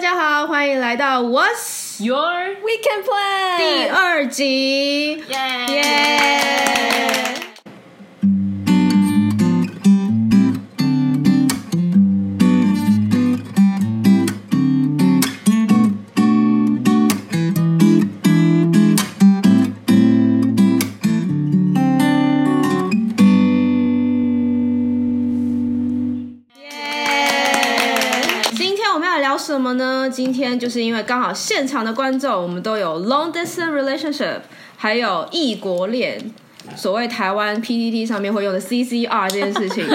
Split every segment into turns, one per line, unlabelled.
家好，欢迎来到 What's
Your
Weekend
第
Plan，
二集，
耶
耶！耶！今天我们要聊什么呢？今天就是因为刚好现场的观众，我们都有 long distance relationship，还有异国恋。所谓台湾 PPT 上面会用的 CCR 这件事情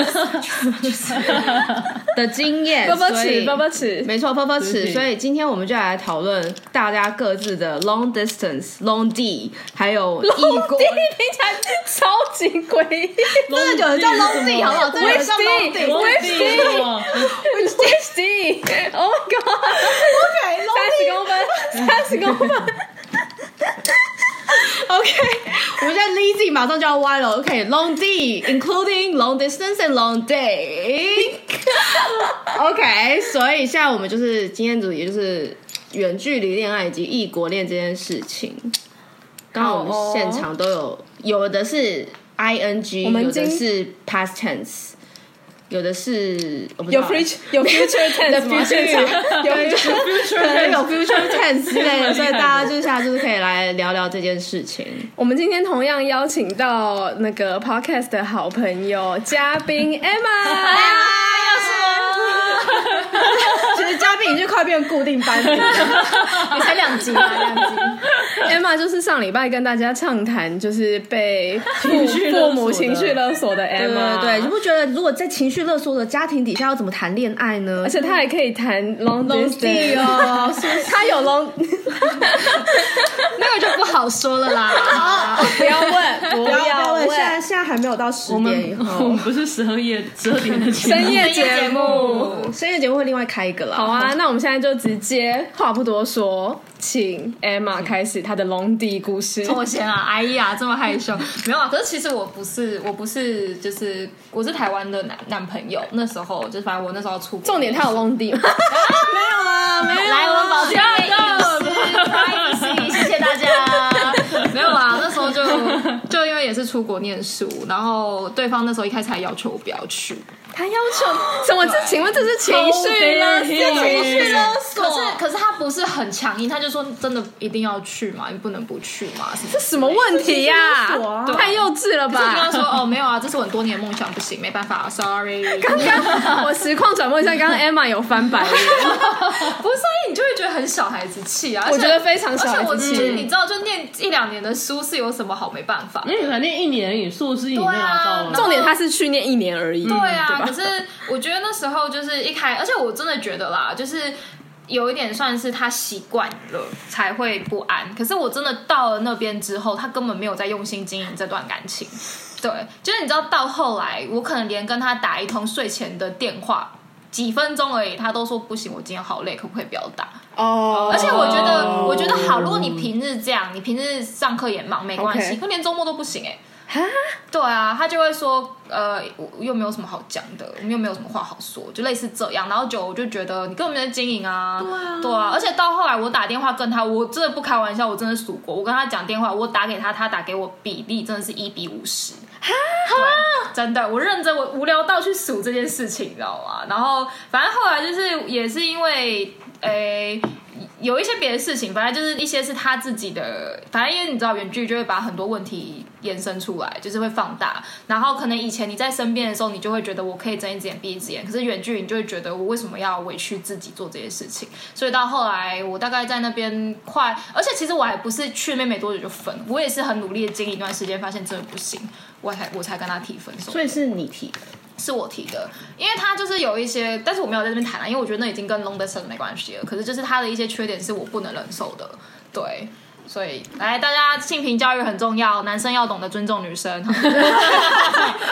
的经验，
包包
所以
尺，包包尺，
没错，波波
是
尺。
是
所以今天我们就来讨论大家各自的 long distance、long D，还 有异 国。
听起来超级诡异。
真的有人叫 long D 好不好？真的有人叫 long D。
我
我
是什么？
Fifty，Oh Oh my God，三十公分，三十公分，
OK，我们现在 lazy 马上就要歪了。OK，long、D，including long distance and long day。OK，所以现在我们就是今天主题就是远距离恋爱以及异国恋这件事情。刚好我
好
们
哦
现场都有，有的是 ing，
我们
有的
今
是 past tense，有的是我不知
有
道
future，有 future tense 吗？现场有
可能 有 future tense 之类的，所以
蛮厉害的
大家就下就是可以来聊聊这件事情。
我们今天同样邀请到那个 podcast 的好朋友嘉宾 Emma，
其实嘉宾已经快变固定班底 了，
才两集嘛，两集。
Emma 就是上礼拜跟大家畅谈，就是被父
情绪勒索的
父母情绪勒索的 Emma，
对，你不觉得如果在情绪勒索的家庭底下要怎么谈恋爱呢
而？且她还可以弹 long
Long D
distance
哦是不
她有 long，
那个就不好说了啦。
不要问，不要
现在现在还没有到十
我
点以
们嗯 我
后
们，不是十二夜十二点的 节目
深夜节目。
深夜节目会另外开一个啦。
好，啊，那我们现在就直接话不多说，请 Emma 开始她的龙迪故事。
我先啊，哎呀，这么害羞，没有啊。可是其实我不是，我不是，就是我是台湾的男男朋友。那时候就反正我那时候出国，
重点她有龙 迪吗？
啊
来，我们保持隐私，谢谢大家。 没有啦，那时候就就因为也是出国念书，然后对方那时候一开始还要求我不要去，
她 要求什么？这请问这是情绪勒
好悲
索？
情绪勒
可是可是他不是很强硬，他就说真的一定要去嘛，你不能不去嘛。什么
这什么问题呀、
勒索啊
太幼稚了
我就跟他
吧！
说哦，没有啊，这是我很多年的梦想，不行，没办法，sorry。
刚刚 我实况转播一下，刚刚 Emma 有翻白 眼，
不是，所以你就会觉得很小孩子气啊。而且
我觉得非常小
而且
孩
我
子
就是
气。
你知道，就念一两年的书是有什么好没办法？
因为你才念一年而已，硕士一年就拿到啊了，
啊
重点她是去念一年
嗯
而已，
对啊，
吧
可？是我觉得那时候就是一开，而且我真的觉得啦，就是有一点算是他习惯了才会不安。可是我真的到了那边之后，他根本没有在用心经营这段感情。对，就是你知道，到后来我可能连跟他打一通睡前的电话。几分钟而已，他都说不行，我今天好累，可不可以不要打？
哦，
而且我觉得，我觉得好，如果你平日这样，你平日上课也忙，没关系
OK
可连周末都不行哎、对啊，他就会说，呃，我我又没有什么好讲的，我们又没有什么话好说，就类似这样。然后久，我就觉得你根本没在经营啊，对啊，而且到后来我打电话跟他，我真的不开玩笑，我真的数过，我跟他讲电话，我打给他，他打给我，比例真的是一比五十。真的，我认真，我无聊到去数这件事情，你知道吗？然后反正后来就是也是因为，诶、有一些别的事情，反正就是一些是他自己的，反正因为你知道远距离就会把很多问题延伸出来，就是会放大。然后可能以前你在身边的时候，你就会觉得我可以睁一只眼闭一只眼，可是远距离你就会觉得我为什么要委屈自己做这些事情？所以到后来，我大概在那边快，而且其实我还不是去妹妹多久就分，我也是很努力的经营一段时间，发现真的不行，我才我才跟他提分手。
所以是你提的。
是我提的，因为他就是有一些，但是我没有在这边谈啊了，因为我觉得那已经跟 long distance 没关系了。可是就是他的一些缺点是我不能忍受的，对，所以来大家性平教育很重要，男生要懂得尊重女生，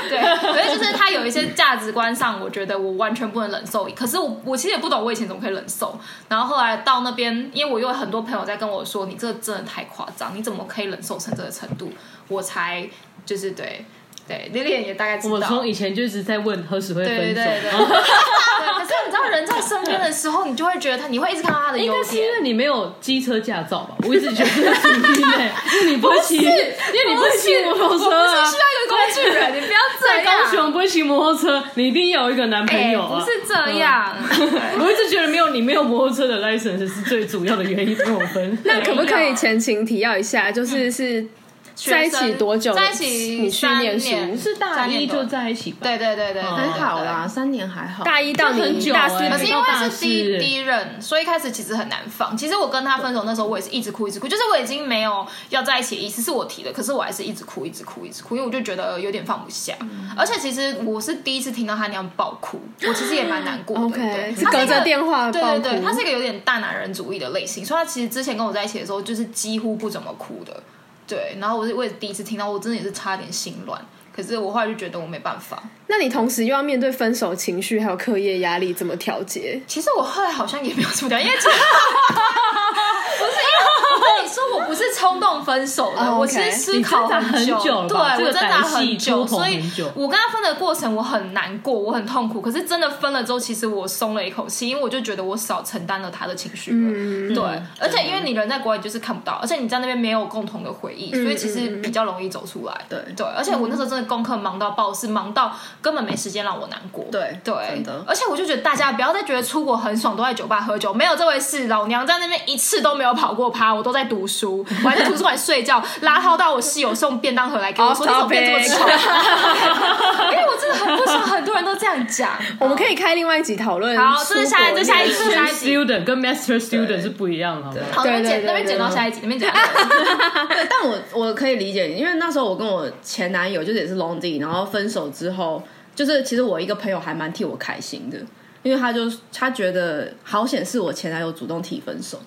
对，可是就是他有一些价值观上，我觉得我完全不能忍受。可是我我其实也不懂我以前怎么可以忍受，然后后来到那边，因为我有很多朋友在跟我说，你这真的太夸张，你怎么可以忍受成这个程度？我才就是对。对，Lilian 也大概知
我
道。
从以前就一直在问何时会
对对
分手，
对 对。
然后
对，可是你知道人在身边的时候，你就会觉得他，你会一直看到他的
应
优
该是因
点。
为你没有机车驾照吧？我一直觉得这是主因诶，因为你不会骑，因为你不会骑摩托车
我
啊
不是。需要一个工具人，你不要这
在
样。
高雄不会骑摩托车，你一定要有一个男朋
哎，
友啊！嗯
不是这样。
我一直觉得没有你没有摩托车的 license 是最主要的原因跟我分。
那可不可以前情提要一下，
嗯
就是是在一起多久了？
在一起
你去
三
念
年
书
是大一就在一起吧？
对对对对，
还
还
对
好啦，。三年还好。呃大一到
这很
你
久
大
欸
四，
对对可是因为
到
是第
大四
第一任，所以一开始其实很难放。其实我跟他分手那时候，我也是一直哭一直哭，就是我已经没有要在一起的意思，是我提的，可是我还是一直哭一直哭一直哭，因为我就觉得有点放不下。
嗯
而且其实我是第一次听到他那样爆哭，我其实也蛮难过的。
哦 OK，
对
是
他
隔
一个
着电话
对
爆
对
哭
对，他是一个有点大男人主义的类型，所以他其实之前跟我在一起的时候，就是几乎不怎么哭的。对，然后我是我也第一次听到，我真的也是差点心软。可是我后来就觉得我没办法。
那你同时又要面对分手情绪，还有课业压力，怎么调节？
其实我后来好像也没有怎么讲，因 为不是因为我跟你说，我不是冲动分手的
哦，OK
我其实思考久，
你挣扎很久了
对
吧这
我
个
挣扎
胆细
很久，
出头
所
很
以
久
我跟他分的过程我很难过，我很痛苦。可是真的分了之后，其实我松了一口气，因为我就觉得我少承担了他的情绪了。
嗯
对，
嗯
而且因为你人在国外你就是看不到，而且你在那边没有共同的回忆，
嗯
所以其实比较容易走出来。
对
对，而且我那时候真的功课忙到爆，是忙到根本没时间让我难过。
对
对，
真的
而且我就觉得大家不要再觉得出国很爽，都在酒吧喝酒，没有这回事。老娘在那边一次都没有跑过趴，我都在 读书，我还在图书馆睡觉，邋遢到我室友送便当盒来给我，说
Off
你怎么变这么
topic
丑？ 因为我真的很不爽，很多人都这样 讲。
我们可以开另外一集讨论出国念
好
书。
这是下一这下一集下一
s t u d e n t 跟 master student 是不一样，好吗？
好，那边
对对
剪
对
那边剪到
对
下一集，那边剪到下一集。
对，但我我可以理解，因为那时候我跟我前男友就是也是 long D，然后分手之后，就是其实我一个朋友还蛮替我开心的，因为他就他觉得好险是我前男友主动提分手，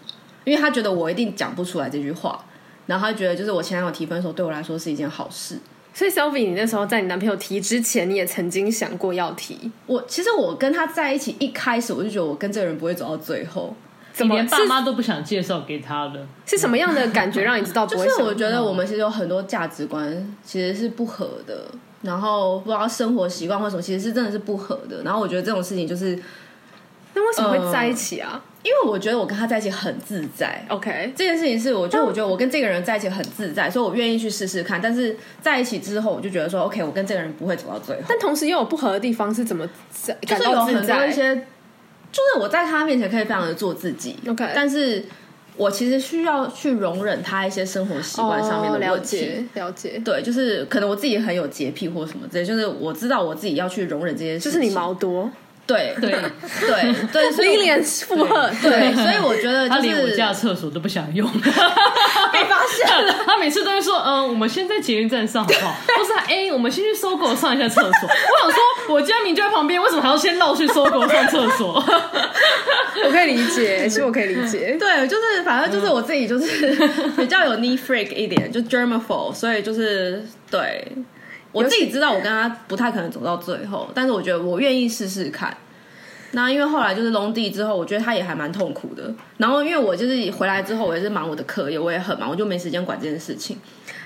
因为他觉得我一定讲不出来这句话，然后他觉得就是我前男友提分手对我来说是一件好事。
所以 Sophie，你那时候在你男朋友提之前，你也曾经想过要提，
我其实我跟他在一起一开始我就觉得我跟这个人不会走到最后，
怎
你
么
连
是
爸妈都不想介绍给他了。
是什么样的感觉让你知道不
就
会想？
是我觉得我们其实有很多价值观其实是不合的，然后不知道生活习惯或什么，其实是真的是不合的。然后我觉得这种事情就是，因
那为什么会在一起啊、
为我觉得我跟他在一起很自在。
o k
这件事情是，我就我觉得我跟这个人在一起很自在，所以我愿意去试试看。但是在一起之后，我就觉得说，OK，我跟这个人不会走到最后。
但同时又有不合的地方，是怎么自感
就是有
到
很
自
多
在
一？些，就是我在他面前可以非常的做自己
OK
但是我其实需要去容忍他一些生活习惯上面的
哦了
问题。
解了解，
对，就是可能我自己很有洁癖或什么之类，就是我知道我自己要去容忍这些事情。
就是你毛多
对
对，
对对，所以我
，Lilian 附和，
对，所以我觉得
他
就
连我
是
家的厕所都不想用，被发现了。 他每次都会说：“嗯，我们先在捷运站上好不好？”或是“哎、我们先去搜狗上一下厕所。”我想说，我家明就在旁边，为什么还要先绕去搜狗上厕所？
我可以理 解，其实我可以理解。
对，就是反正
嗯
就是我自己就是 比较有 knee freak 一点，就 germaphobe，所以就是对我自己知道我跟他不太可能走到最后，但是我觉得我愿意试试看。那因为后来就是龙地之后，我觉得他也还蛮痛苦的。然后因为我就是回来之后，我也是忙我的课业，我也很忙，我就没时间管这件事情。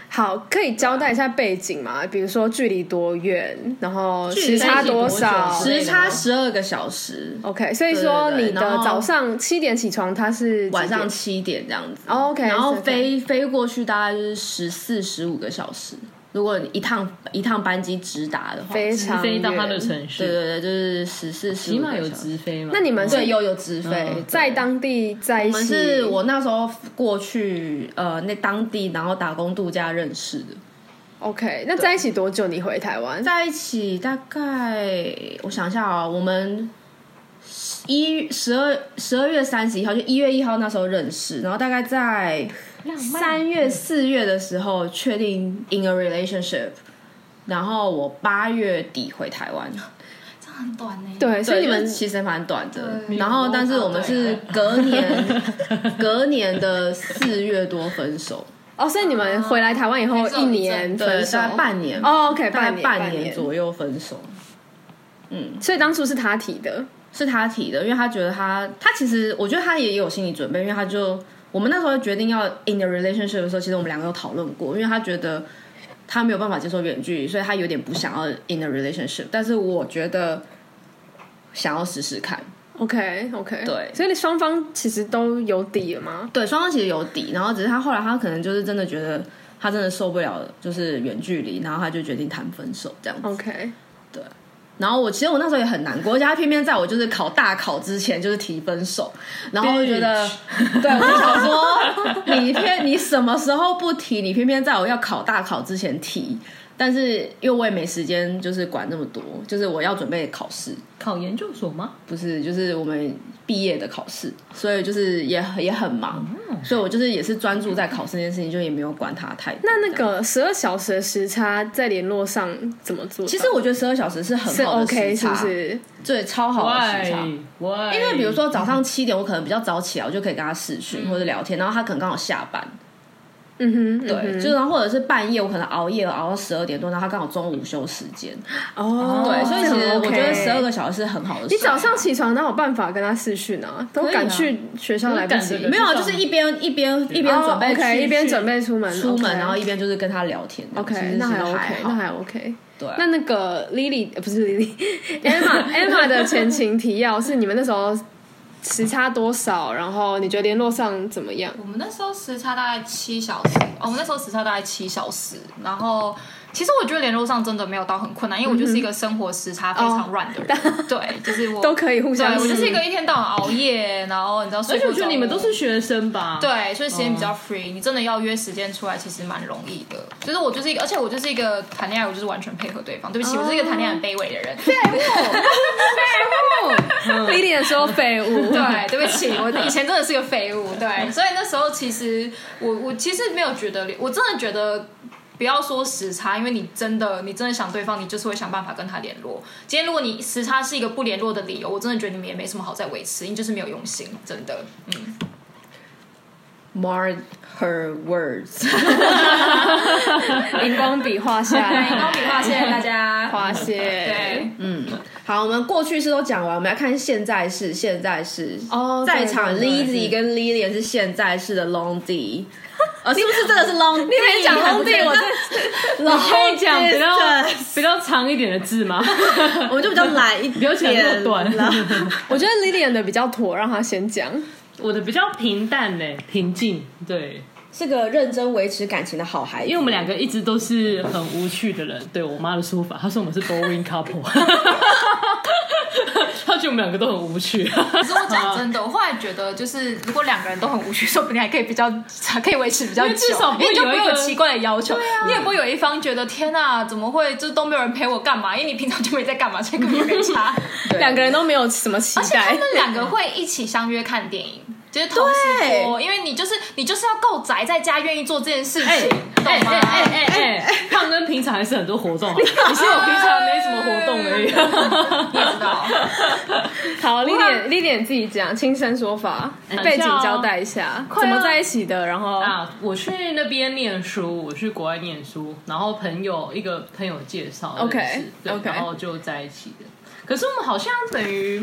好，可以交代一下背景嘛？比如说距离多远，然后时
离
差多少？
在一起多久之类
时
的
差
吗哦
十二个小时，
OK，所以说
对对对
你的
然后
早上七点起床，他是几
晚上
点
七点这样子。
哦，OK，
然后
是
飞飞过去大概就是十四十五个小时，如果你一趟一趟班机直达的话，
非
对
常
飞到他的
远
城
对
市，
对，就是十四十
起
五
码有
个小时。
直飞嘛？
那你们
对，
是
有有直飞，
嗯
在当地在一
我们
起？
是我那时候过去呃那当地，然后打工度假认识的，
OK，那在一起多久？你回台湾？
在一起大概我想一下啊、我们一十二十二月三十一号就一月一号那时候认识，然后大概在 三月四月的时候确定 in a relationship，然后我八月底回台湾，
很短呢、
对，所
所
以
以
你
你们
们
其实蛮短的。
对
然后，但是我们是隔年 隔年的四月多分手，
哦，所以你
啊
们回来台湾以后
还是有
一年
对，
分手
大概半年，
哦，OK，
大概
半年
半
年
年左右分手。
所以当初是他提的，
是他提的，因为他觉得他他其实我觉得他也有心理准备，因为他就我们那时候决定要 in a relationship 的时候，其实我们两个有讨论过，因为他觉得他没有办法接受远距离，所以他有点不想要 in a relationship。但是我觉得想要试试看，
OK OK，
对
所以你双方其实都有底了吗？
对，双方其实有底，然后只是他后来他可能就是真的觉得他真的受不了，就是远距离，然后他就决定谈分手这样子。
OK，
然后我其实我那时候也很难过，而且他偏偏在我就是考大考之前就是提分手，然后我就觉得，对，我就想说你偏你什么时候不提，你偏偏在我要考大考之前提。但是因为我也没时间，就是管那么多，就是我要准备考试，
考研究所吗？
不是，就是我们毕业的考试，所以就是也也很忙，所以我就是也是专注在考试这件事情，就也没有管他太多。
那那个十二小时的时差在联络上怎么做到？
其实我觉得十二小时是
是
很好的时
OK，是
差，嗯
不是？
对，超好的时差。
Why？
因为比如说早上七点，我可能比较早起来，我就可以跟他视讯或者聊天，然后他可能刚好下班，
嗯哼，
对，
嗯哼
就是然后或者是半夜，我可能熬夜熬到十二点多，然后他刚好中午午休时间，
哦，
对，所以
这
其
很
实我
OK
觉得十二个小时是很好的时
你
间。
早上起床哪有办法跟他视讯啊？都
可以啊
赶去学校来不
赶着
及
的，
没有啊，就是一边一边一边准备
o
去、
k 哦一边准备出门，
出门
OK
然后一边就是跟他聊天这样。其实
OK，
是
那还
还
OK，
好
那还 OK。
对啊
那那个 Lily 呃不是 Lily，Emma Emma 的前情提要是你们那时候时差多少，然后你觉得联络上怎么样？
我们那时候时差大概七小时，哦，我们那时候时差大概七小时。然后，其实我觉得联络上真的没有到很困难，
嗯
因为我就是一个生活时差非常乱的人。
哦
对，就是 我
都可以互
对
相
我就是一个一天到晚熬夜，然后你知道睡
而
不
且
着，
我觉得你们都是学生吧？，
对，所以时间比较
嗯
free、你真的要约时间出来，其实蛮容易的。就是我就是一个，而且我就是一个谈恋爱，我就是完全配合对方。对
嗯
不起，我是一个谈恋爱很卑微的人。
Lily 说废物，
对，对不起，我以前真的是个废物。对，所以那时候其实我我其实没有觉得，我真的觉得。不要说时差，因为你真的你真的想对方，你就是会想办法跟他联络。今天如果你时差是一个不联络的理由，我真的觉得你们也没什么好再维持，你就是没有用心，真的。嗯，
mark her words，
荧光笔画下
对，高
来，
比话，谢谢大家。
花谢。
对，
好，我们过去式都讲完，我们来看现在式。现在式
哦对
在场
对对
Lizzy 跟 Lilian 是现在式的 Long D，呃，是不是真的是 Long D？你
没讲 Long D，我
可以讲比较
distance
比较长一点的字吗？
我们就比较懒一
不要
点，
讲那么短
啦。
我觉得 Lilian 的比较妥，让她先讲。
我的比较平淡嘞，平静。对，
是个认真维持感情的好孩子，
因为我们两个一直都是很无趣的人。对我妈的说法，她说我们是 boring couple，她觉得我们两个都很无趣。
可是我讲真的，我后来觉得，就是如果两个人都很无趣，说不定还可以比较，可以维持比较久，
因为至少不会
因为就
有
不
一
会
个
有奇怪的要求，你也不会有一方觉得天哪、怎么会就都没有人陪我干嘛？因为你平常就没在干嘛，所以根本就 没差。
对
两个人都没有什么期
而且他
待
们，两个会一起相约看电影。就是同时
对
播，因为你就是你就是要够宅，在家愿意做这件事情，
哎
懂吗？
哎哎哎哎，胖跟平常还是很多活动啊，你是我平常没什么活动而已。
你也知道，
好，Lilian Lilian 自己讲亲身说法，
嗯
背景交代一下，
快
怎
啊
么在一起的，然后
啊，我去那边念书，我去国外念书，然后朋友一个朋友介绍认识
OK，
对
OK
然后就在一起的。可是我们好像等于，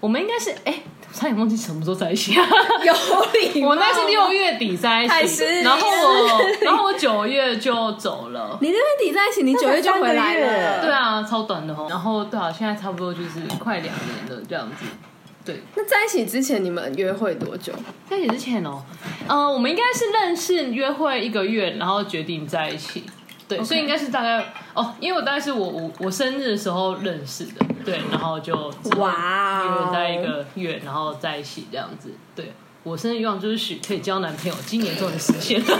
我们应该是哎，我差点忘记什么时候在一起。啊
有理，
我那是六月底在
太
一
失
起
礼，
然后我 然后我九月就走了。
你那边底在一起，你九月就
那
回来
才三个
了。
对啊，超短的哦。然后对啊，现在差不多就是快两年了这样子。对，
那在一起之前你们约会多久？
在一起之前哦，呃，我们应该是认识约会一个月，然后决定在一起。对所以应该是大概哦，因为我大概是我我我生日的时候认识的，对，然后就
哇哦
约在一个月，然后在一起这样子。对我生日愿望就是许可以交男朋友，今年终于实现了，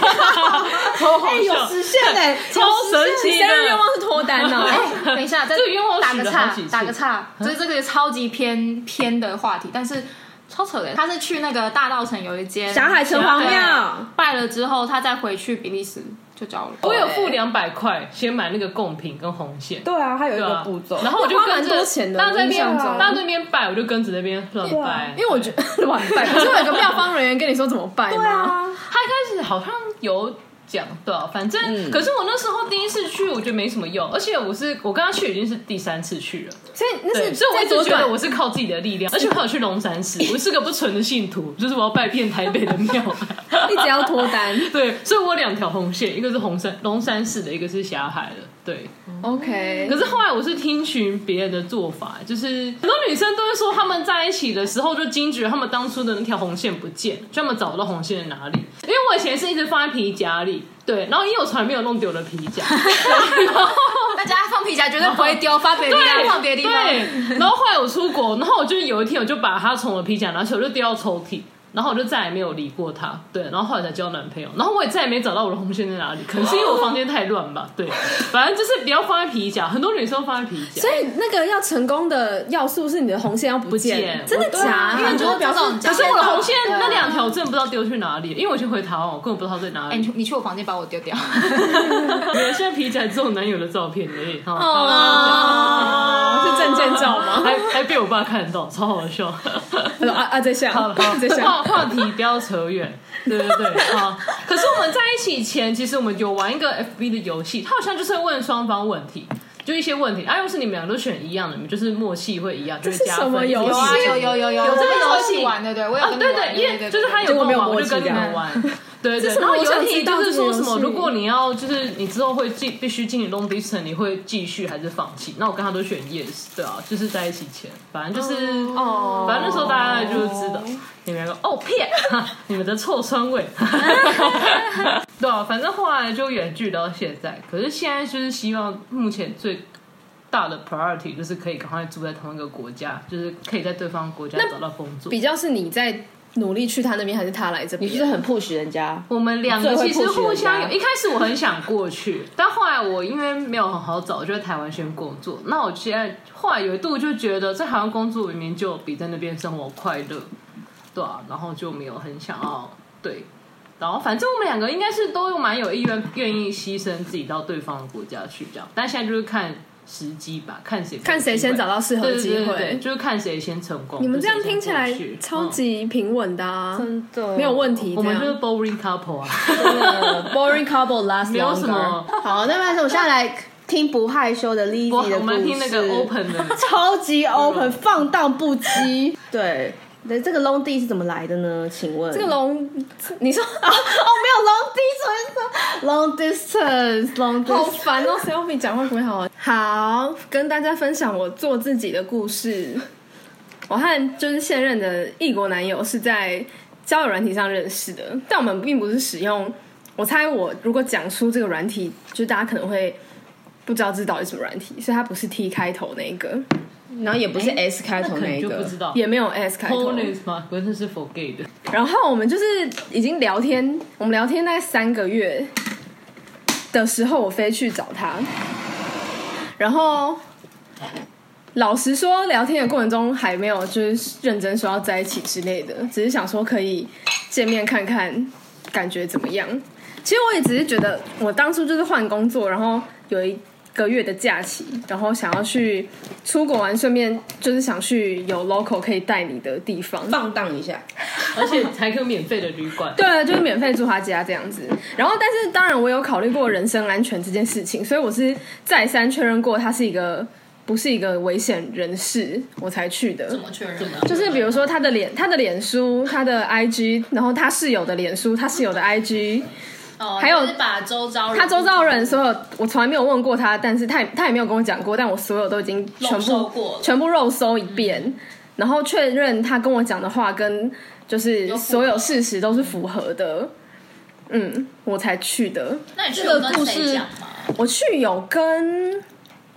超好
哎，有
笑，
实现 嘞，
超神奇
生日愿
的。
望是脱单啊呢、
哎，等一下，再
这个愿望
打
许
个
了
岔
好几，次
打个岔，就是这个超级偏偏的话题，但是超扯的。他是去那个大道城有一间
霞海城隍
对
庙
拜了之后，他再回去比利时就交了。
我有付两百块，先买那个贡品跟红线。
对啊，它有一
对
个
啊
步骤，
然后我就
花蛮
跟着
多钱的
大家在
我
那
印
边，啊
象中
大家在那边拜，我就跟着那边乱
对啊
拜。
因为我觉得 晚拜，不是有一个妙方人员跟你说怎么拜
对
吗？
啊，
他一开始好像有讲对啊，反正、
嗯
可是我那时候第一次去，我觉得没什么用，而且我是我跟他去已经是第三次去了，
所以那
对，
是
所以我一
在多
直觉得
短
我是 靠自己的力量，而且我还有去龙山寺，我是个不纯的信徒，就是我要拜遍台北的庙。
一直要脱 单。
对，所以我有两条红线，一个是红山龙山寺的，一个是霞海的。对，
OK，
可是后来我是听取别人的做法，就是很多女生都会说，她们在一起的时候就惊觉她们当初的那条红线不见，就她们找不到红线在哪里。因为我以前是一直放在皮夹里，对，然后因为我从来没有弄丢的皮 夹，对然后
大家放皮夹绝对不会丢，放别的地方，放别的地方。
对，然后后来我出国，然后我就是有一天我就把它从我的皮夹拿起来，我就丢到抽屉。然后我就再也没有理过他，对，然后后来才交男朋友，然后我也再也没找到我的红线在哪里，可能是因为我房间太乱吧，对，反正就是不要放在皮夹，很多女生放在皮夹，
所以那个要成功的要素是你的红线要不
见
见，真的
我啊
假
因为就是这种，
可是我的红线
对啊
那两条我真的不知道丢去哪里，因为我已经回台湾，我根本不知道它在哪
哎，你
里。
去你去我房间把我丢掉。
我现在皮夹只 有男友的照片而已，哈
哦，是证件照 吗？
还还被我爸看到，超好笑。
他说啊啊，在
好
想
了， 好，
在
话
想，
话题不要扯远，对对对，好。可是我们在一起前，其实我们有玩一个 FB 的游戏，它好像就是会问双方问题，就一些问题。啊，要是你们两个都选一样的，你们就是默契会一样，就会
是
加
什
分。
么游戏
有 啊有有有有，
有这个
我们
游
一起
戏
玩哦的，对我有
啊，
跟你
对
玩
对，因为就是他有
结果
跟
没有
我玩，我
默
就
契
跟你
这样
们玩。对
这
对，
是
然后
我
有
想
一题
知道
就是
这
说
个
什么，
游戏
如果你要就是你之后会进必须进行 long distance，你会继续还是放弃？那我跟他都选 yes，对啊，就是在一起前，反正就是
哦
反正那时候大家就是知道，你们两个哦骗，哈你们的臭酸味。对啊，反正后来就远距到现在，可是现在就是希望目前最。大的 priority 就是可以赶快住在同一个国家，就是可以在对方国家找到工作。
比较是你在努力去他那边，还是他来这
你
边？
就是很 push 人家，
我们两
最
个
会
其实
push
互相
人
有，
家
一开始我很想过去， 但后来我因为没有很好找，我就在台湾先工作。那我现在后来有一度就觉得在台湾工作明明就比在那边生活快乐，对啊，然后就没有很想要对。然后反正我们两个应该是都有蛮有意愿愿意牺牲自己到对方的国家去这样，但现在就是看时机吧，看谁
看谁先找到适合
对
的
对
机
对对对，
会。
就是看谁先成功。
你们这
就谁
样
先
听起
过
来
去
超、
嗯
级平稳的啊，
真的
没有问题。啊
我们
这
就是
样
boring couple 啊。
boring couple last
没有什么
longer 好，那么我们现在来听不害羞的 Lizzy 的
我
故事。
我们听那个 open 的，
超级 open，放荡不 羁。对，那这个 long D 是怎么来的呢？请问
这 个龙，你 说
啊，哦，没有 long D，所以是 long distance，long
好
distance。
烦哦，Selfie 讲话不会好啊。好，跟大家分享我做自己的故事。我和就是现任的异国男友是在交友软体上认识的，但我们并不是使用。我猜我如果讲出这个软体，就大家可能会不知道这到底是什么软体，所以它不是 T 开头那一个，
然后也不是 S 开
哎那
头
可
那
能
一
就
个
不，知道。
也没有 S 开头。
Polness 吗？可是是 for gay 的，
然后我们就是已经聊天，我们聊天大概三个月的时候，我飞去找他，然后老实说，聊天的过程中还没有就是认真说要在一起之类的，只是想说可以见面看看，感觉怎么样。其实我也只是觉得，我当初就是换工作，然后有一个月的假期，然后想要去出国玩，顺便就是想去有 local 可以带你的地方。
放荡一下。
而且才可以有免费的旅馆。
对，啊就是免费住他家这样子。然后，但是当然我有考虑过人身安全这件事情，所以我是再三确认过他是一个不是一个危险人士，我才去的。
怎么确认啊？
就是比如说他的脸，他的脸书，他的 IG，然后他室友的脸书，他室友的 IG，
哦
还有
就是把周遭人
他周遭人所有，我从来没有问过他，但是他也他也没有跟我讲过，但我所有都已经全
肉搜
部
过了嗯
全部肉搜一遍，然后确认他跟我讲的话跟就是
有符合
所有事实都是符合的，嗯，我才去的。
那你去
这个
有跟
故事
谁讲吗？
我去有跟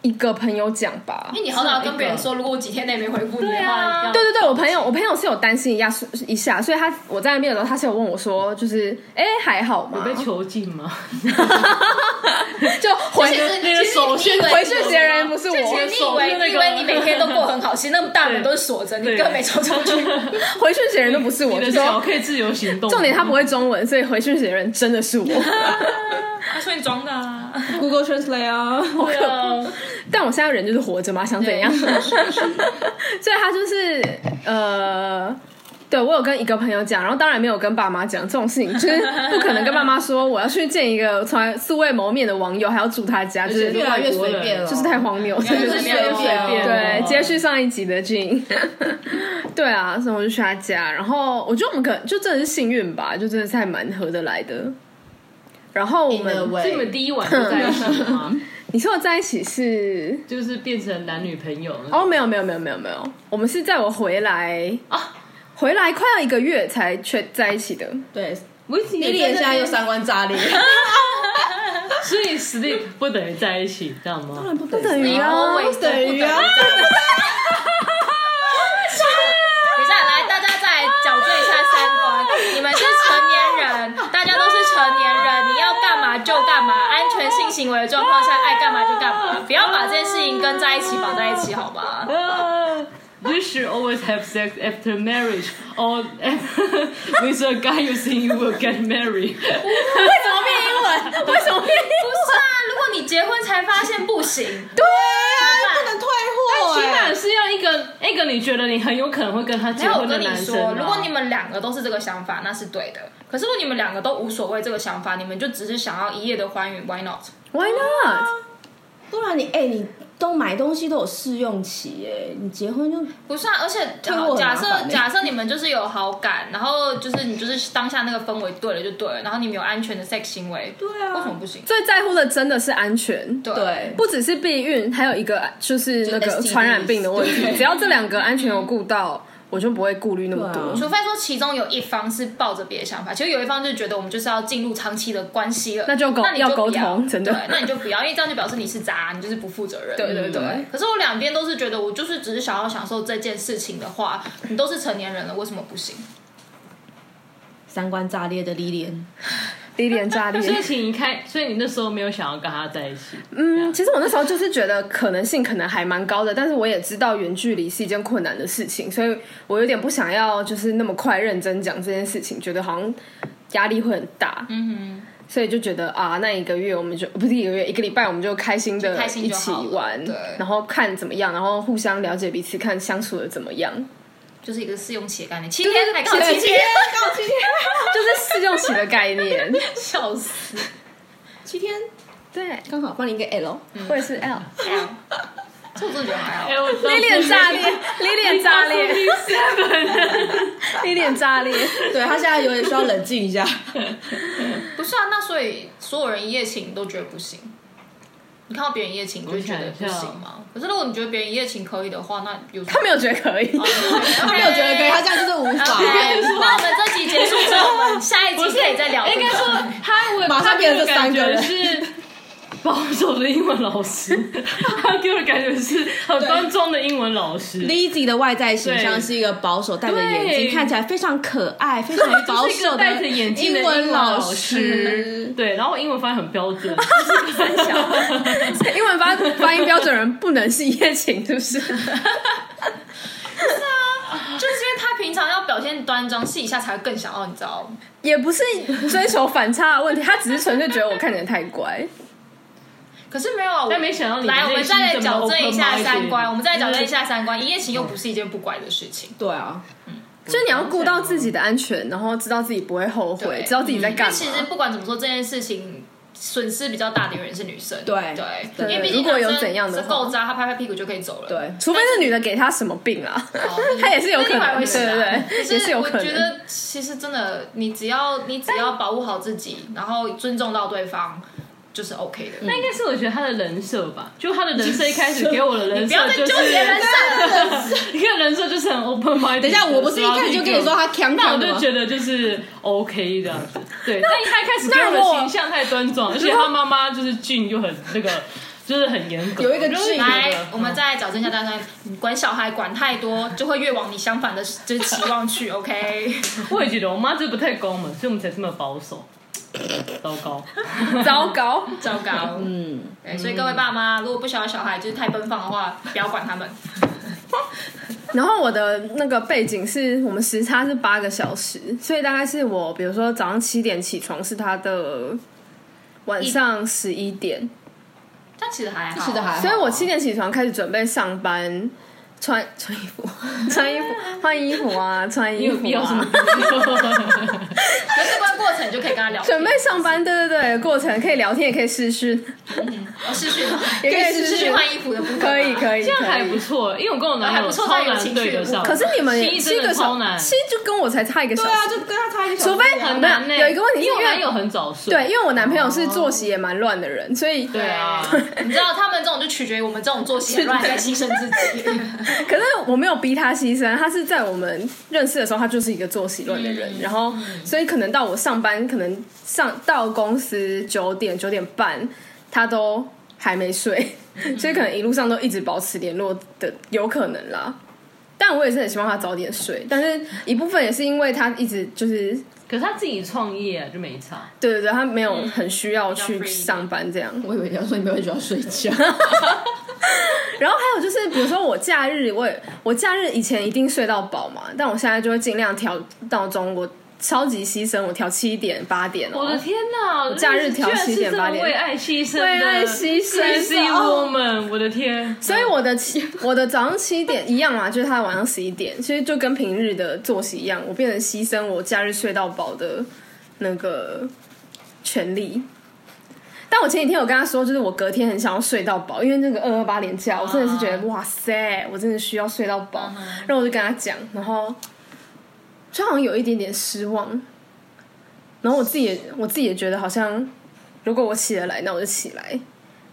一个朋友讲吧
哎因，为你好少跟别人说，如果我几天内没回复你的
对啊
话，
对对对，我朋友我朋友是有担心一下一下，所以他我在那边的时候，他是有问我说，就是哎、还好吗
有？被囚禁吗？
就回
其实
那个
其实
手
你以
先
为
回去截然不是我，
其实你以为你以为你每天都过很好，其实那么大门都是锁着，你
对
根本没冲出去。
回去截人都不是我，
你
就
的脚
说
可以自由行动。
重点他不会中文，所以回去截人真的 是我。
他说你装的 啊，
Google Translate 啊，好可怕！但我现在人就是活着嘛，想怎样？ 所以他就是呃，对我有跟一个朋友讲，然后当然没有跟爸妈讲这种事情，就是不可能跟爸妈说我要去见一个从来素未谋面的网友，还要住他家，就是
越来越随便了，
就是太荒谬，
来
真的
越
就是是
随
随
便
便
了
了。
对，接续上一集的 Jin，对啊，所以我就去他家，然后我觉得我们可就真的是幸运吧，就真的是还蛮合得来的。然后我
In a
们，
所以你们
way，
第一晚就在一起了吗？
你说的在一起是？
就是变成男女朋友了
哦，没有没有没有没有没有，我们是在我回来
哦
啊？
回来快要一个月才确在一起的。
对，
我一直
莉莉
也
现在又，三观炸裂，
所以 sleep 不等于在一起，知道吗？
不等
等于啊
Always
等于啊
不等等一下，来，大家再来矫正一下三观。你们是成年人，大家都是成年人，你要干嘛就干嘛，安全性行为的状况下，爱干嘛就干嘛，不要把这件事情跟在一起绑在一起，好吗？
啊 You should always have sex after marriage or after with a guy you think you will get
为
married。
什么变？
不是啊，如果你结婚才发现不行，
对啊，不能退货
起
哎
码。是要一个一个你觉得你很有可能会跟他
没
结
有，
婚
我
的
跟你
男生
说，
啊。
如果你们两个都是这个想法，那是对的。可是如果你们两个都无所谓这个想法，你们就只是想要一夜的欢愉，Why not？
Why not？
哦不然你哎、你都买东西都有试用期哎、你结婚就
不是啊，而且
退货很
假
麻
设
烦欸
假设你们就是有好感，然后就是你就是当下那个氛围对了就对了，然后你们有安全的 sex 行为，
对啊
为什么不行？
最在乎的真的是安全。
对
对
不只是避孕，还有一个就是那
就
个
是 STD
传染病的问题。
对
只要这两个安全有顾到，我就不会顾虑那么多
对。啊
除非说其中有一方是抱着别的想法，其实有一方就觉得我们就是要进入长期的关系了，
那就沟
那你就
要沟
不
通真的
对，那你就不要，因为这样就表示你是渣，你就是不负责任。
对对对
嗯可是我两边都是觉得，我就是只是想要享受这件事情的话，你都是成年人了，为什么不行？
三观炸裂的莉莲，
第一点炸裂。
所以请你开，所以你那时候没有想要跟他在一起。
嗯，其实我那时候就是觉得可能性可能还蛮高的，但是我也知道远距离是一件困难的事情，所以我有点不想要就是那么快认真讲这件事情，觉得好像压力会很大。嗯哼。所以就觉得啊，那一个月我们就不是一个月，一个礼拜我们就开心的
就开心
一
就
起
好了
玩
对，
然后看怎么样，然后互相了解彼此，看相处的怎么样。
就是一个试用期的概念，七天才刚好
对
七天，
刚好七天，
就是试用期的概念。
笑死！
七天
对，
刚好帮你一个 L，
我也是 L，
这样这我真的觉得还好。
哎，我
你脸炸裂，你脸炸裂，你脸 炸裂。
对他现在有点需要冷静一 下。
不是啊，那所以所有人一夜情都觉得不行。你看到别人一夜情，你就觉得不
我想一
行
下
吗？可是如果你觉得别人一夜情可以的话，那有
他没有觉得可以，
他没有觉 得可以，他这样就是无法。
OK，那我哎们这集结束之后，我们下一集可以再聊这
应
个。
该说他我
马上
他给
变成
我的
这三
感
个
觉
人
是保守的英文老师， 他给我的感觉是很端庄的英文老师。
Lizzy 的外在形象
对
是一个保守，戴着眼
对
镜，看起来非常可爱，非常保
就是一
守的
个戴着眼镜的
英
文
文
老
老
师
师，
对，然后我英文发音很标 准，
英文发发音标准人不能是一夜情，是不 是？
就是因为他平常要表现端庄，私底下才会更想要，你知道吗？
也不是追求反差的问题，他只是纯粹觉得我看起来太乖。
可是没有啊，我
但没想到你
来，我
内
们
心
再来
这么
矫正一下
open-minded
三观，我们再来矫正一下三观。一夜情又不是一件不乖的事情，
对啊，
嗯就是你要顾到自己的安全，然后知道自己不会后悔
对，嗯
知道自己在干
因为其实
嘛。
不管怎么说，这件事情损失比较大的永远是女生。
对
对，
对
因为毕竟
如果有
男生
怎样的
是
话
够渣，他拍拍屁股就可以走了。
对，
除非那女的给他什么病啊， 他也是有可能
哦那另外一回事
对
啊
对对
可是
也是有可能
我觉得其实真的，你只要你只要保护好自己，然后尊重到对方，就是
嗯
OK 的。
那应该是我觉得他的人设 吧，就他的人设一开始给我的人
不
设
要再
就
纠
是，
结人生了，
你看人设就是很 open mind。
等一下，我不是一开始就跟你说他强
那我
强的
就
吗？
觉得就是 OK 这样子，对。但他一开始给我
那
的
如果
形象太端庄，而且他妈妈就是俊又很那个，就是很严格。
有一个
就是
俊
来，我们
嗯
再来矫正一下大家，你管小孩管太多，就会越往你相反的就是期望去。OK，
我也觉得我妈这不太公嘛，所以我们才这么保守。糟糕，
糟糕。
糟糕。
嗯，
对所以各位爸妈，如果不想要小孩就是太奔放的话，不要管他们。
然后我的那个背景是我们时差是八个小时，所以大概是我比如说早上七点起床是他的晚上十一点，
但其实还好，
是的，还好
所以我七点起床开始准备上班，穿穿衣服，穿衣服，换衣服啊，穿
你
衣
有
服
必要这么
啊。
逼我？
人生观过过程你就可以跟他聊天，
准备上班，对对对，过程可以聊天，也可以试训，
哦试训，
也可以
试
试
训
训
换衣服的部分，
可以可以，
这样还
可以
不错，因为我跟我男
还
友
不错
超
但有
难
情
对
趣
得
的
上。
部
可是你们
七
七
真
个
的
小
超难，
七就跟我才差一个小
对
时，
啊，就跟他差一个小时啊，
除非
很难呢。
有一个问题是
因为我
因为
男友很早睡，
对，因为我男朋友是作息也蛮乱的人，所以
对啊，
你知道他们这种就取决于我们这种做息很乱在牺牲自己，
可是我没有逼他牺牲，他是在我们认识的时候，他就是一个作息论的人，
嗯
然后所以可能到我上班，可能上到公司九点九点半，他都还没睡，
嗯
所以可能一路上都一直保持联络的，有可能啦。但我也是很希望他早点睡，但是一部分也是因为他一直就是
可是他自己创业啊就没差。
对对对，他没有很需要
嗯比较
去
free
上班这样。
我以为你要说你没有喜欢睡觉，
然后还有就是，比如说我假日，我也我假日以前一定睡到饱嘛，但我现在就会尽量调闹钟，我超级牺牲，我调七点八点哦。
我的天哪！
假日调
居然是
7点
这么
8点
为爱牺牲，
为爱牺牲哦
crazy woman，我的天！
所以我的七，我的早上七点一样嘛，就是他晚上十一点，所以就跟平日的作息一样，我变成牺牲我假日睡到饱的那个权利。但我前几天有跟他说，就是我隔天很想要睡到饱，因为那个二二八连假，我真的是觉得、哇塞，我真的需要睡到饱。然后我就跟他讲，然后就好像有一点点失望。然后我自己也我自己也觉得好像，如果我起得来，那我就起来。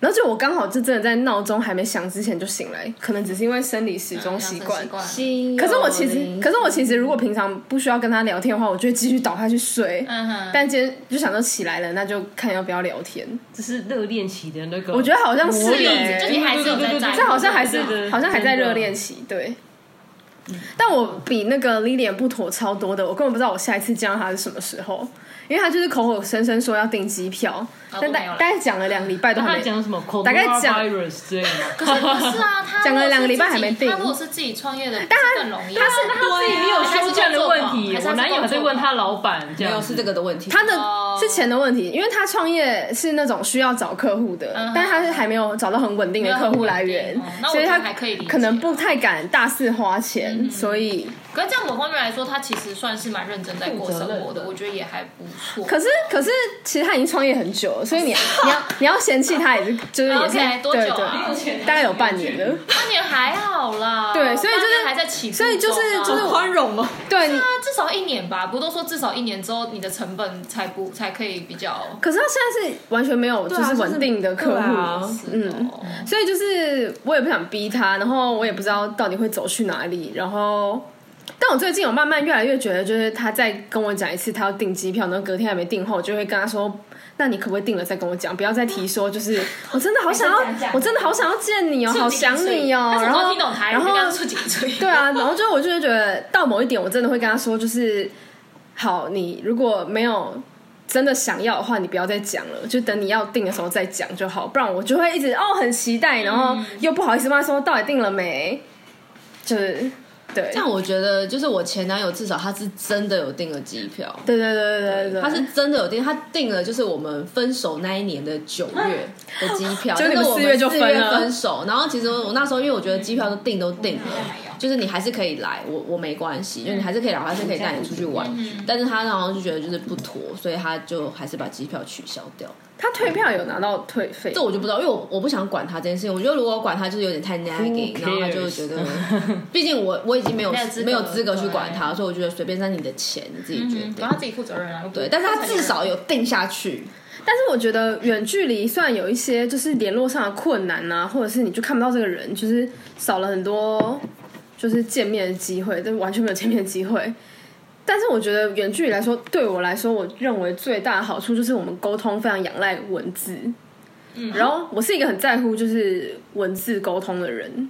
然后就我刚好就真的在闹钟还没响之前就醒来，可能只是因为生理时钟习
啊
惯。可是我其实，可是我其实，如果平常不需要跟他聊天的话，我就会继续倒下去睡。
嗯哼，
但今天就想到起来了，那就看要不要聊天。
这是热恋期的那个，
我觉得好像是
磨
耶
练
就你还是有在在意
这好像还是
对对对
好像还在热恋期，对。但我比那个 Lilian 不妥超多的，我根本不知道我下一次见到他是什么时候，因为他就是口口声声说要订机票，但
都没
大
有来
大概讲了两个礼拜都还
他
没
讲什么 coronavirus
大概讲
之类的吗，
可是不 是啊，他
讲了两个礼拜还没定
如果是自己他如果是自己创业的，
但他
更容易。
他是
那他自己也有休假的问题，
还是
我
他
男
是
友还在问他老板，这
没
样
有
子
是这个的问题。
他的
哦
是钱的问题，因为他创业是那种需要找客户的，
嗯
但他是还没有找到很稳定的客户来源，
没有很稳定哦那我
所以他
觉得还可以理解嗯
能不太敢大肆花钱，所以
可是这样某方面来说，他其实算是蛮认真在过生
负
活
责任
的，
的
我觉得也还不错。
可是可是其实他已经创业很久了，所 以你你要你要嫌弃他也是就是也是
OK，多久
对
啊
对，大概有半年了，
半年还好啦，
对所以就是
半年还在起步
所
中啊，
以就是就是
宽容哦，
对。你
对啊，至少一年吧，不都说至少一年之后你的成本才不才可以比较
可是他现在是完全没有就
啊
是
就是
稳定的客
对
户，
啊
嗯，所以就是我也不想逼他，然后我也不知道到底会走去哪里，然后。但我最近有慢慢越来越觉得，就是他再跟我讲一次他要订机票，然后隔天还没订后，我就会跟他说：“那你可不可以订了再跟我讲，不要再提说就是我真的好想要
还是讲讲，
我真的好想要见你哦，好想你哦。”
他什
然
么时
后
候听懂台语？
然
就
后
跟他触景吹。
对啊，然后就我就会觉得到某一点，我真的会跟他说，就是好，你如果没有真的想要的话，你不要再讲了，就等你要定的时候再讲就好，不然我就会一直哦很期待，然
嗯
后又不好意思问他说到底定了没，就是对，
但我觉得就是我前男友至少他是真的有订了机票。
对对对对对对，
他是真的有订，他订了就是我们分手那一年的九月的机票，
就你
但
们
是我
四月就分了
四月分手。然后其实我那时候因为我觉得机票都订都订了，就是你还是可以来，我我没关系，就你还是可以来，我还是可以带你出去玩。但是他然后就觉得就是不妥，所以他就还是把机票取消掉。
他退票有拿到退费
这，我就不知道，因为我我不想管他这件事情。我觉得如果我管他，就是有点太 nagging，然后他就会觉得，毕竟我我已经没有
没有资格
没有资格去管他，所以我觉得随便那是你的钱，你自己决定
嗯然。后他自己负责任啊，又不
对，但是他至少有定下去。
但是我觉得远距离虽然有一些就是联络上的困难啊，或者是你就看不到这个人，就是少了很多就是见面的机会，就完全没有见面的机会。 但是我觉得远距离来说，对我来说，我认为最大的好处就是我们沟通非常仰赖文字。嗯，然后我是一个很在乎就是文字沟通的人，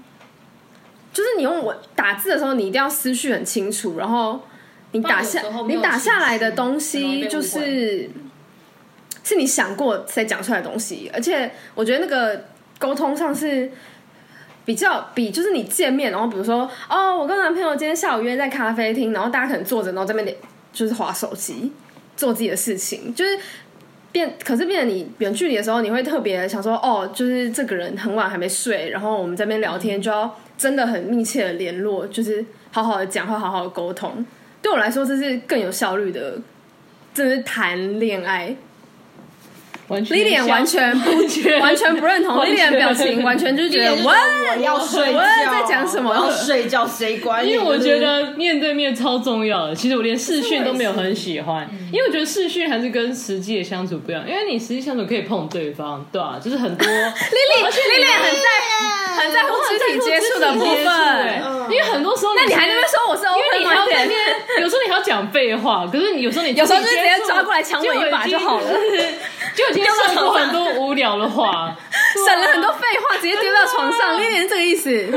就是你用文打字的时候，你一定要思绪很清楚，然后你打下
不然有时候没
你
有
打下来的
情绪
东
很容易
西
被
就
误
是是你想过才讲出来的东西，而且我觉得那个沟通上是比较比就是你见面，然后比如说哦，我跟男朋友今天下午约在咖啡厅，然后大家可能坐着，然后这边就是划手机，做自己的事情，就是变，可是变成你远距离的时候，你会特别想说，哦，就是这个人很晚还没睡，然后我们这边聊天就要真的很密切的联络，就是好好的讲话，好好的沟通。对我来说，这是更有效率的真的是谈恋爱。
完全
Lilian 完全不
完全
完全不认同
完全
，Lilian 表情完全就是觉得我
我要睡觉，
我在讲什么
我要睡觉，谁管你？
因为我觉得面对面超重要的，其实我连视讯都没有很喜欢，因为我觉得视讯还是跟实际的相处不一样，因为你实际相处可以碰对方，对吧、就 是很多
Lily Lily 很在很在乎肢体接触的部
接触欸
分。
因为很多时候
那你还在那
是
边说我是 open
因为你还要在那
minded，
边，有啊时候你还要讲废话，可是你有时候你
有时候就直接
触
抓过来强吻一把就好了，
就已经算过很多无聊的话，
省了很多废话，直接丢到床上。Lily 是这个 意思，你是不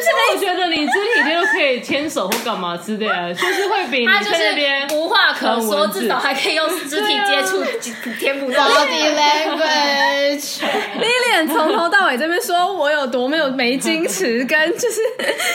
是
我觉得你肢体接触可以牵手或干嘛之类的，就是会比你
他就
在那边
是无话可
看
说，
文字
至少还可以用肢体接触填补到。
body language，
Lilian 从头到尾这边说我有多没有没矜持，跟 就是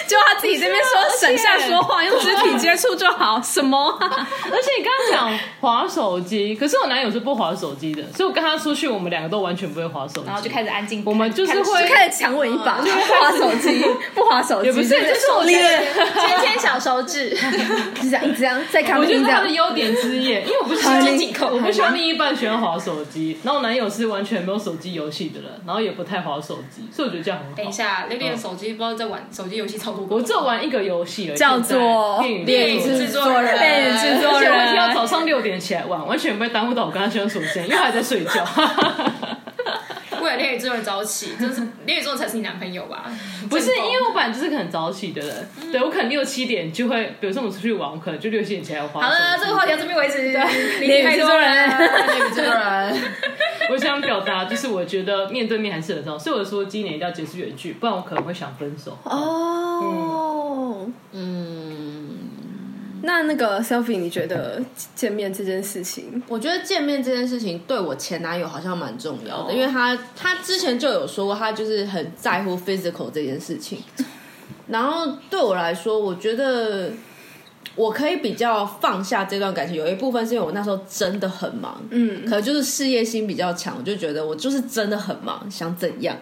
就他自己这边说省下说话，用肢体接触就好，什么啊、
而且你刚刚讲滑手机，可是我男友是不滑手机的，所以我跟他出去，我们两个都完全不会滑手机，
然后就
始
开始安静看，
我们就是
看
会哦
就开始强吻一把，不划手 机，不划手机，
也不是，
这个
就
就是
我觉得，
牵牵小手指，
这样这样在咖
我
啡
觉得
厅这
是他
样
的。优点之一，因为我不喜欢
好
另
紧
扣
我不喜欢另一半喜欢滑手机，然后我男友是完全没有手机游戏的人，然后也不太滑手机，所以我觉得这样很好。
等一，下，六六的手机不知道在玩手机游戏超多个，
我只有玩一个游戏而已，
叫做
现在
电
电
影
影
制作人，
电影哎制
而
作
且我一定要
人，
早上六点起来玩，完全不会耽误到我跟他相处的时间，因为他还在睡觉。
为了恋与制作人早起，真是恋与制作人才是你男朋友吧？
不是，
真的哦嗯
因为我本来就是个很早起的人，对我可能六七点就会，比如说我们出去玩，我可能就六七点起来滑
好
手机。
了，这个话题到这边为止。
恋与 制作人
恋与制作人，
我想表达就是，我觉得面对面还是很重要，所以我说今年一定要结束远距，不然我可能会想分手。
哦，
嗯。
那那个 Sophie，你觉得见面这件事情，
我觉得见面这件事情对我前男友好像蛮重要的，因为他他之前就有说过，他就是很在乎 physical 这件事情。然后对我来说，我觉得我可以比较放下这段感情，有一部分是因为我那时候真的很忙，
嗯
可能就是事业心比较强，我就觉得我就是真的很忙，想怎样。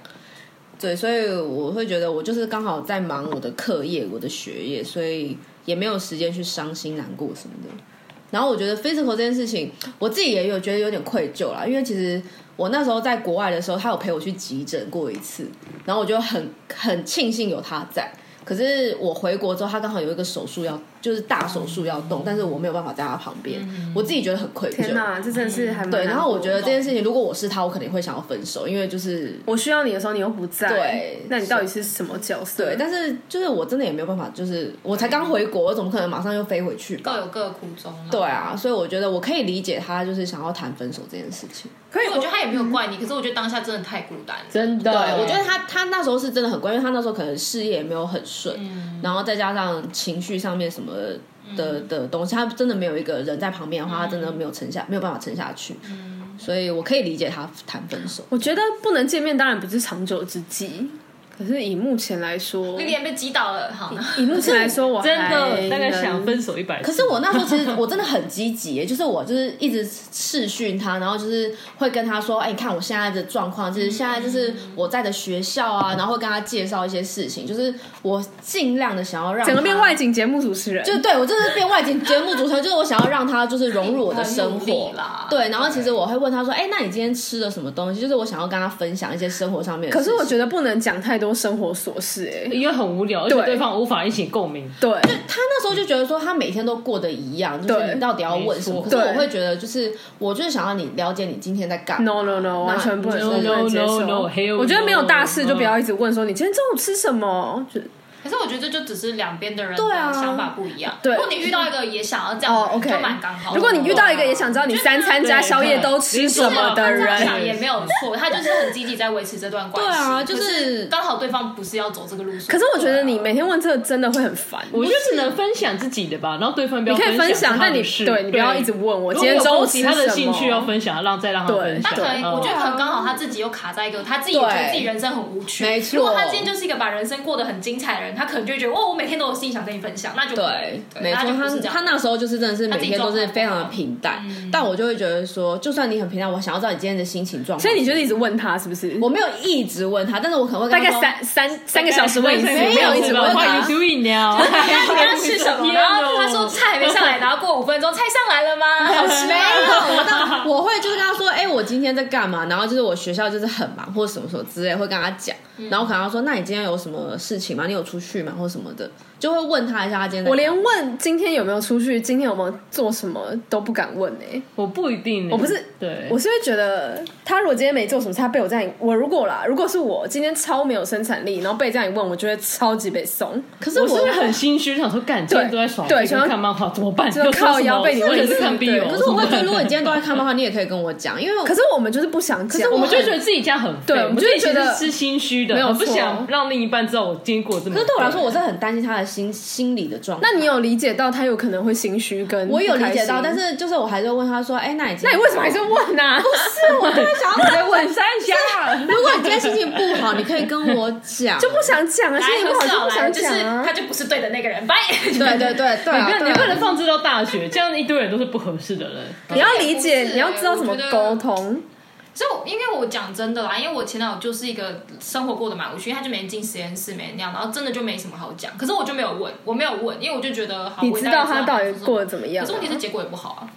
对，所以我会觉得我就是刚好在忙我的课业、我的学业，所以也没有时间去伤心、难过什么的。然后我觉得 physical 这件事情，我自己也有觉得有点愧疚啦，因为其实我那时候在国外的时候，他有陪我去急诊过一次，然后我就很很庆幸有他在。可是我回国之后，他刚好有一个手术要，就是大手术要动，但是我没有办法在他旁边，我自己觉得很愧疚。
天哪，这真的是还蛮
对，呃然后我觉得
难过
这
的
件事情，如果我是他，我肯定会想要分手，因为就是
我需要你的时候你又不在，
对
那你到底是什么角色？
对，但是就是我真的也没有办法，就是我才刚回国，我怎么可能马上又飞回去
各
吧？
有各的苦衷啦
对，啊，所以我觉得我可以理解他就是想要谈分手这件事情。
可以，
我觉得他也没有怪你，可是我觉得当下真的太孤单了。
真的，
对，我觉得他他那时候是真的很乖，因为他那时候可能事业也没有很顺，
嗯
然后再加上情绪上面什么的、的东西，他真的没有一个人在旁边的话，他真的
嗯
没有撑下，没有办法撑下去。所以我可以理解他谈分手。
我觉得不能见面当然不是长久之计，可是以目前来说，
Lilian 被击倒了，好，
以目前来说，我
真
还
的大概
能
想分手一百
可
次。
是我那时候其实我真的很积极耶，就是我就是一直视讯他，然后就是会跟他说，哎、你看我现在的状况，就是现在就是我在的学校啊，然后会跟他介绍一些事情，就是我尽量的想要让
整个变
面
外景节目主持人，
就对我就是变外景节目主持人，就是我想要让他就是融入我的生
很努
活
力啦
对，然后其实我会问他说，哎、那你今天吃了什么东西？就是我想要跟他分享一些生活上面的
可
事
是
情。
我觉得不能讲太多生活琐事、哎，
因为很无聊，而且
对
对方无法一起共鸣。
对，
他那时候就觉得说，他每天都过得一样，就是
对
你到底要问什么？
没
可
错
是我会觉得，就是我就是想要你了解你今天在干嘛。
No no no，完全不能
no,
不能接
no, no, hell
受。我觉得没有大事
no
就不要一直问说你今天中午吃什么，就
可是我觉得这就只是两边的人
对啊
的想法不一样。
对
如果你遇到一个也想要这样，
哦 OK
就蛮刚好的。
如果你遇到一个也想知道你三餐加宵夜都吃什么的
这样
对
想
人，
也没有错，他就是很积极在维持这段关系。
对啊就
可
是
是刚好对方不是要走这个路数。
可是我觉得你
对啊
每天问这个真的会很烦。
我觉得只能分享自己的吧，然后对方不要
你可以
分
分
享
享
是他
但
的
你
事，
对你不要一直问我
如果
今天
有
中午
空
吃
其他的
什么
兴趣要分享，让再让他
对
分享。
啊他可能
嗯
我觉得可能刚好他自己又卡在一个他自己也
对
觉得自己人生很无趣。
没错
如果他今天就是一个把人生过得很精彩的人，他可能就会觉得哦，我每天都有事情想跟你分享，那就
对，没
那
错，
就不
他
是这样
他那时候就是真的是每
自己
天都是
状态
非常的
不好
平淡，但我就会觉得说，就算你很平淡，我想要知道你今天的心情状况。
所以你就一直问他是不是？
我没有一直问他，但是我可能会跟
大
他
概
说
三三三个小时
哎
问一次，
没有
没有一直问
我
他
怀。疑
doing now？
你刚 刚吃什么？然后他说菜还没上
啊
来，然后过五分钟菜上来了 吗？好吃
没有，我当我会就是跟他说，哎、我今天在干嘛？然后就是我学校就是很忙，或者什么什么之类，会跟他讲。然后可能他说，那你今天有什么事情吗？你有出去吗？或什么的，就会问他一下他今天在干嘛。
我连问今天有没有出去，今天有没有做什么都不敢问哎、
我不一定欸，
我不是
对，
我是会觉得，他如果今天没做什么事，他被我这样，我如果啦，如果是我今天超没有生产力，然后被这样一问，我就会超级被送。
可是
我
我
是会很心虚，想说干，今天都在耍
对
废
想要
看漫画怎么办？
就
又说
靠
什么
腰被你
我
问
也是
是
看
对
B 哦
可
友，
可是我会觉得，如果你今天都在看漫画，你哦也可以跟我讲，因为我
哦可是我们就是不想讲，啊
是
我
我
们就会觉得自己这样很废
对
我们
我就会觉得
自己其实是心虚的，
没有
很不
错
想让另一半知道我今天过得这么。
可是对我来说，我是很担心他的心心理的状态。
那你有理解到他有可能会心虚跟
我有理解
不
到，
开
但
心
是就是我还是问他说，哎、那你今
那
天
你为什么还是问呢、啊？
是我就会想 要
在问三下，
如果你今天心情不好，你可以跟我讲。
就不想讲啊，心
来
情不
和
好
事
就
佬
不
来，
想
就是
讲啊
他。就不是对的那个人，拜。
对对对对
你
啊
不能
对
你不
啊，
能放置到大学，这样一堆人都是不合适的人。
你要理
也
解，
不是
你要知道怎么
我觉得
沟通。
所以我，因为我讲真的啦，因为我前男友就是一个生活过得蛮无趣，他就每天进实验室，每天那样，然后真的就没什么好讲。可是我就没有问，我没有问，因为我就觉得好，
你
我
知
大
道
概
他到底过得怎么样
可是问题是结果也不好啊，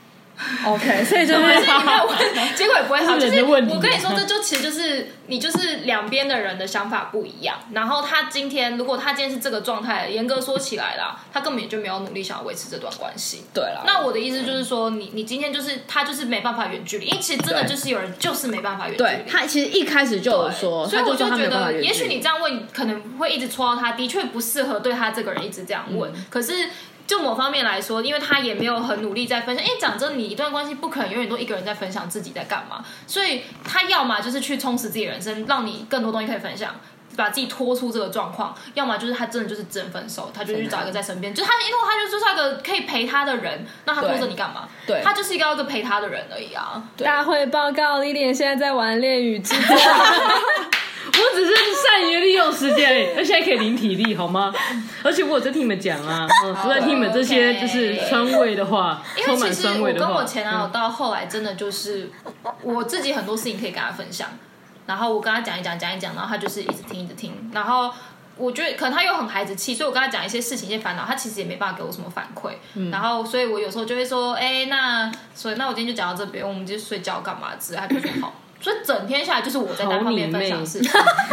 ？OK，所以就是
所以你没有 问，结果也不会好。
这
就是
人
是
的问题
我跟你说，这就其实就是你就是两边的人的想法不一样。然后他今天，如果他今天是这个状态，严格说起来啦，他根本也就没有努力想要维持这段关系。
对了。
那我的意思就是说，你你今天就是他就是没办法远距离，因为其实真的
对
就是有人就是没办法远距离
对。他其实一开始就有说，
所以
他
我
就说他没有
觉
办法
得，
远
也
距
许
离
你这样问，可能会一直戳到他，的确不适合对他这个人一直这样问。
嗯
可是就某方面来说，因为他也没有很努力在分享，因为讲真，你一段关系不可能永远都一个人在分享自己在干嘛，所以他要么就是去充实自己的人生，让你更多东西可以分享。把自己拖出这个状况，要么就是他真的就是真分手，他就去找一个在身边，就他因为他就就是要一个可以陪他的人，那他拖着你干嘛？
对
他就是一个要一个陪他的人而已啊。
大会报告，李典现在在玩《恋与制作》
我只是善于利用时间而已，而且还可以零体力，好吗？而且我有在听你们讲啊，嗯，都在听你们这些
哦 OK
就是酸味的话，
因为
充
其
满
实
酸
我
味的
跟
话。嗯
我前男友到后来真的就是，我自己很多事情可以跟他分享，然后我跟他讲一讲讲一讲，然后他就是一直听一直听，然后我觉得可能他又很孩子气，所以我跟他讲一些事情一些烦恼，他其实也没办法给我什么反馈，
嗯
然后所以我有时候就会说，哎、那所以那我今天就讲到这边，我们就睡觉干嘛之类，他就说好，所以整天下来就是我在单方面分享事情，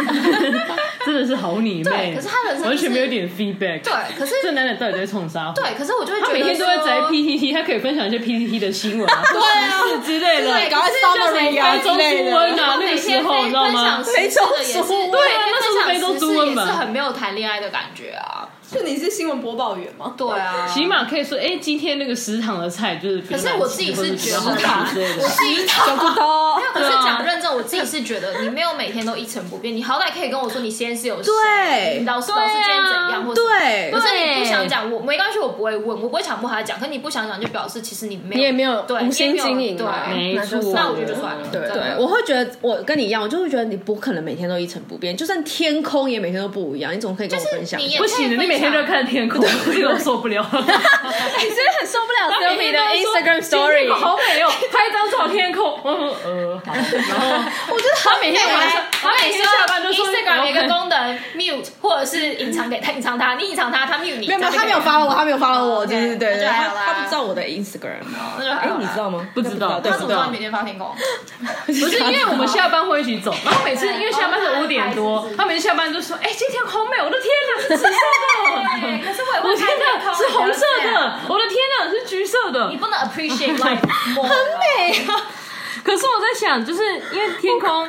嗯真的是好你妹，
对可是他人生就是
完全没有一点 feedback。
对，可是
这男人到底在冲啥？
对，可是我就会觉
他
得
每天都会
说
在 PTT，他可以分享一些 PTT 的新闻啊、对
啊
事之类的，
对赶快 summary 啊
非洲猪瘟啊，那
每
个时
天
候你知道
分
吗啊
享？时事的也是，对，啊
那时候非洲猪瘟
也是
吧
很没有谈恋爱的感觉啊。
就你是新闻播报员吗？
对啊，
起码可以说，哎、今天那个食堂的菜就是比较
可
难
是
吃，
我自己
或者
是
比
觉
较好
得
吃
啦，
之类的
我自己
小骨头
啊
没有，可是讲认真，我自己是觉得你没有每天都一成不变，你好歹可以跟我说你先是有谁
对
老师老师今天怎样，或者
对
可是你不想讲，我没关系，我不会问，我不会强迫他讲。可是你不想讲，就表示其实你没有，
你也没有
对，
无心
你也没有
经营啊嘛
对，
没错，
那我觉得就算了。
对
真的
对，我会觉得我跟你一样，我就会觉得你不可能每天都一成不变，就算天空也每天都不一样，你总可以跟我分享。
你也
不行的，
可以
你每天都
分享
看天 空，这个我受不了。
你真的很受不了
他每
Sylvie
天
的
都会说
Instagram
今天
Story。
好美哦，拍张照天空。我说呃好，然后我觉得他每天晚 上，他每天下班都说
啊
哦
Instagram 有一个
工。
功能 mute，或者是隐藏给他，隐藏他，你隐藏他，他 mute 你。
没有没有，
这
他
样
没有
就可以了
follow 我，他没有 follow 我，
OK，
对对对
那
对，
就还
他
好啦
他不知道我的 Instagram，
那就还
哎
好，啦
你知道？吗？
不知道
对
他
不知
怎么知道
道
你每。天发天空？
不是因为我们下班会一 起走，然后每次因为下班是五点
哦
多
是是，是
他每次下班就说：“哎，今天好美，我的天哪，是紫色的，
可是 我也
我
会
的天
看天
哪，
空，
是红色
你不要这样
的，我的天哪，是橘色的
你。不能 appreciate life more，很美。”
可是我在想，就是因为天空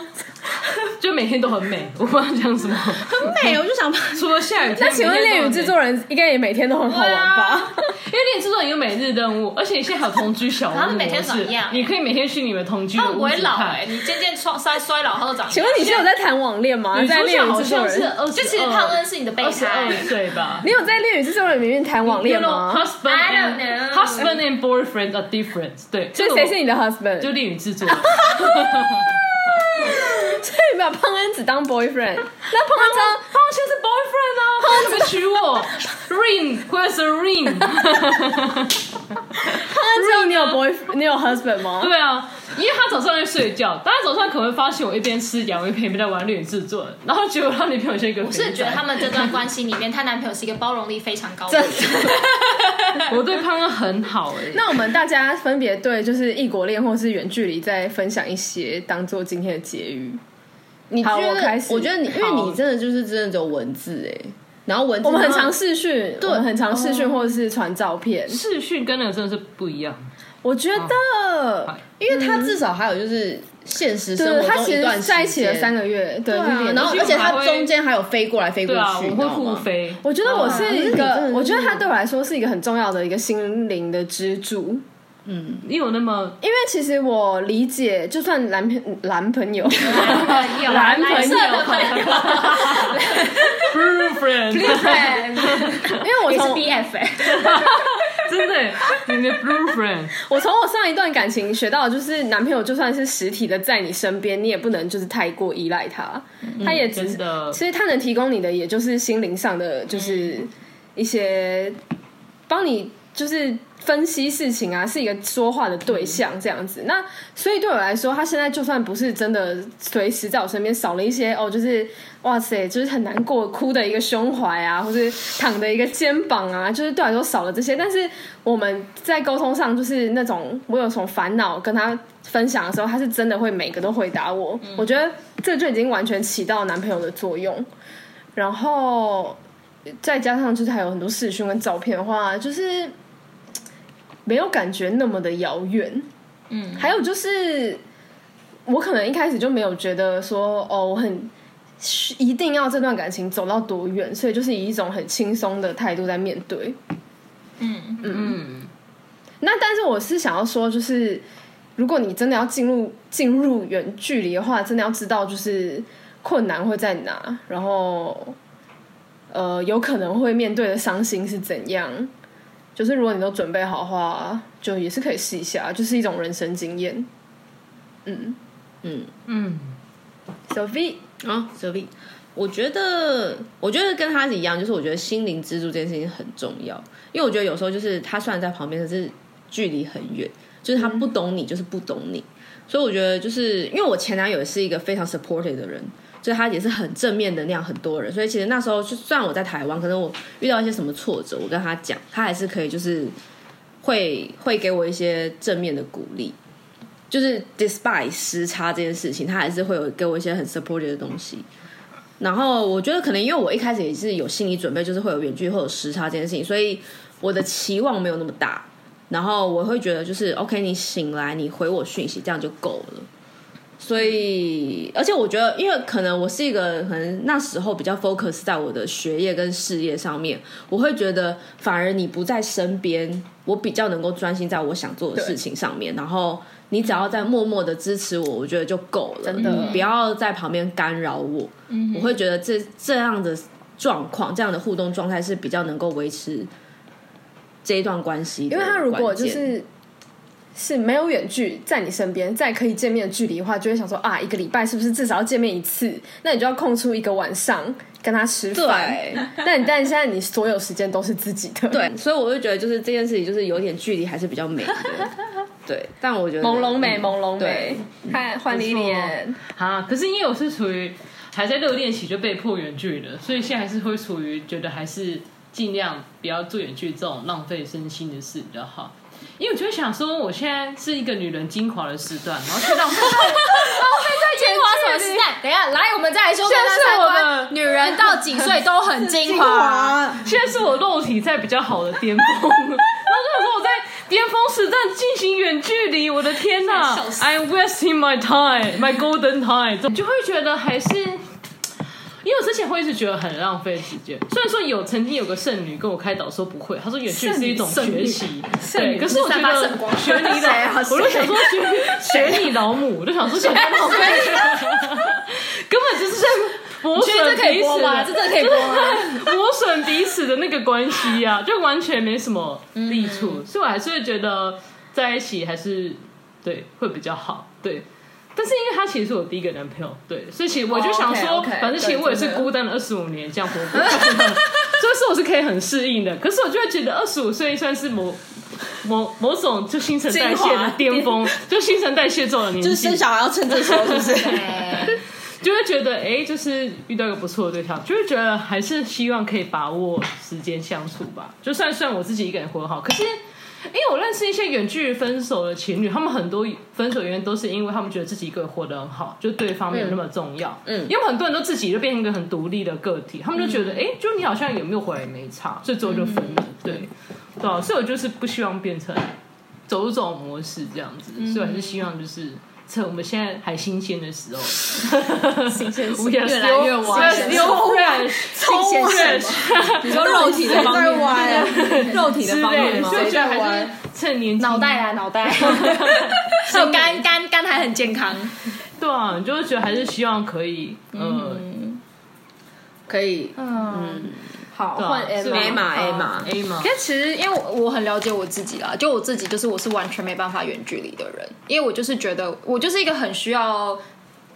就每天都很美，我不知道讲什么，
很美，我就想，
除了下雨天。
那请问《
每天
恋与
都很美
制作人》应该也每天都很好玩吧？
因为练制作有每日任务，而且你现在还有同居小屋
他们
模
每天
式
长一样，
你可以每天去你们同居
他
的
们不
屋
会
子
老
看
哎，。你渐渐衰衰衰老，他都长 一样。
请问你是有在谈网恋吗？
女
在《
主
恋
角
与
好
制作
像
人
是》，二十，
就其实他们是你的备
二十
胎
二。岁吧。
你有在《恋与制作人》里面谈网恋
You know,
吗？
husband
I don't
and
know.
husband and boyfriend are different. 对，
所以谁是你的 husband？
就恋与制作。
所以你把胖恩子当 boyfriend，那胖恩子
他现在是 boyfriend 啊， 他们娶我 ring，或者是 ring，
那只有你有 boy，你有 husband 吗？
对啊，因为他早上在睡觉，但他早上可能会发现我一边吃杨威片一边在玩恋与制作，然后结果他女朋友像一个我
我是觉得他们这段关系里面，她男朋友是一个包容力非常高的
真
人。
的。
我对潘恩很好哎、
那我们大家分别对就是异国恋或是远距离再分享一些，当做今天的结语。
你觉
好
得？
我开始
我觉得你，因为
好
你真的就是真的只有文字哎、然后文字
我们很
常
常视讯，我们很常视讯或者是传照片。
视讯跟那个真的是不一样，
我觉得，
因为他至少还有就是现实生活
嗯对
中
他其
一段
实
时间
在一起了三个月，对，
对啊
就连
然后
而且
而且他
我还会
中间还有飞过来飞过
对
去，
啊，我
你
会
知道
互
吗？
飞，
我觉得我是一
哇那你真的
个
是，
我觉得他对我来说是一个很重要的一个心灵的支柱。
你有那么
因为其实我理解，就算男朋男朋友，
啊
男
朋友
的朋友
true friend，
因为我
也是
从
BF，欸
真的欸，你的 blue friend，
我从我上一段感情学到，就是男朋友就算是实体的在你身边，你也不能就是太过依赖他，他也只
嗯真
是，
的嗯
其实他能提供你的也就是心灵上的，就是一些帮你就是分析事情啊，是一个说话的对象这样子。那所以对我来说，他现在就算不是真的随时在我身边，少了一些哦，就是哇塞，就是很难过哭的一个胸怀啊，或是躺的一个肩膀啊，就是对我来说少了这些。但是我们在沟通上，就是那种我有什么烦恼跟他分享的时候，他是真的会每个都回答我。我觉得这就已经完全起到男朋友的作用。然后再加上就是还有很多视讯跟照片的话，就是嘖没有感觉那么的遥远。嗯，还有就是我可能一开始就没有觉得说哦，我很是一定要这段感情走到多远，所以就是以一种很轻松的态度在面对。
嗯，
嗯，
那但是我是想要说，就是如果你真的要进入进入远距离的话，真的要知道就是困难会在哪，然后呃有可能会面对的伤心是怎样。就是如果你都准备好的话，就也是可以试一下，就是一种人生经验。嗯
嗯，
，Sophie，
啊，舍利，我觉得，我觉得跟他一样，就是我觉得心灵支柱这件事情很重要，因为我觉得有时候就是他虽然在旁边，可是距离很远，就是他不懂你，就是不懂你。所以我觉得，就是因为我前男友也是一个非常 supportive 的人，就是他也是很正面能量很多人，所以其实那时候就算我在台湾，可能我遇到一些什么挫折，我跟他讲，他还是可以就是会会给我一些正面的鼓励。就是 despite 时差这件事情，他还是会有给我一些很 supportive 的东西。然后我觉得可能因为我一开始也是有心理准备，就是会有远距或者时差这件事情，所以我的期望没有那么大。然后我会觉得就是 OK，你醒来你回我讯息，这样就够了。所以，而且我觉得，因为可能我是一个可能那时候比较 focus 在我的学业跟事业上面，我会觉得反而你不在身边，我比较能够专心在我想做的事情上面。然后你只要在默默的支持我，我觉得就够了，真
的
不要在旁边干扰我。我会觉得这这样的状况，这样的互动状态是比较能够维持这一段关系的
因
关
为
键。
他如果就是是没有远距在你身边，在可以见面的距离的话，就会想说啊，一个礼拜是不是至少要见面一次？那你就要空出一个晚上跟他吃饭。
对。啊
那你但现在你所有时间都是自己的，
对，啊所以我就觉得就是这件事情就是有点距离还是比较美的，对。 但我觉得
朦胧美，
嗯
朦胧美
对，
看 换你脸，
啊，可是因为我是处于还在热恋期就被迫远距的，所以现在还是会处于觉得还是尽量不要做远距这种浪费身心的事比较好。因为我就会想说，我现在是一个女人精华的时段，然后去到
精华什么时代？等一下，来，我们再来修正
现在是
三
我
观
的。
女人到几岁都很精 华，
哇，
现在是我肉体在比较好的巅峰，然后如果说我在巅峰时段进行远距离，我的天呐
笑死
i m wasting my time, my golden time，就会觉得还是。因为我之前会一直觉得很浪费时间，虽然说有曾经有个剩女跟我开导说不会，她说远距离是一种学习，对，可是我觉
散发圣
得
光啊
学你老，我就想说学学你老母，我就想说学你老母，
啊
根本就是在磨损
觉得这可以
彼
播
此
吗？
的
这真的可以播吗？
磨损彼此的那个关系啊，就完全没什么益处，所以我还是会觉得在一起还是对会比较好，对。但是因为他其实是我第一个男朋友，对，所以其实我就想说，
哦，OK，OK，
反正其实我也是孤单了二十五年，这样活过来， 岁数我是可以很适应的，可是我就会觉得二十五岁算是某某某种就新陈代谢的巅峰，就新陈代谢做的年纪，
就是生小孩要趁这时候，是不 是？
对，
就会觉得哎、诶就是遇到一个不错的对象，就会觉得还是希望可以把握时间相处吧。就算算我自己一个人活得好，可是因为我认识一些远距离分手的情侣，他们很多分手原因都是因为他们觉得自己一个人活得很好，就对方没有那么重要。嗯，因为很多人都自己就变成一个很独立的个体，他们就觉得哎、诶就你好像也没有回来也没差，所以最后就分了。对，对、啊，所以我就是不希望变成走这种模式这样子，所以我还是希望就是。趁我们现在还新鲜的时候， 新鲜越
越来越晚
，still fresh，
新鲜什你说肉体的方 面吗，肉体的
之
方
类
面
的，
吗
所？以我觉得还是趁年纪
脑袋啦，脑 袋，嗯还有肝肝肝还很健康，
对啊，你就会觉得还是希望可以，呃，
嗯可以
嗯。
好，
对啊
换 A
是
，A
嘛？
码 A 码，
嗯
A 嘛
因，为其实，因为我我很了解我自己啦，就我自己，就是我是完全没办法远距离的人，因为我就是觉得我就是一个很需要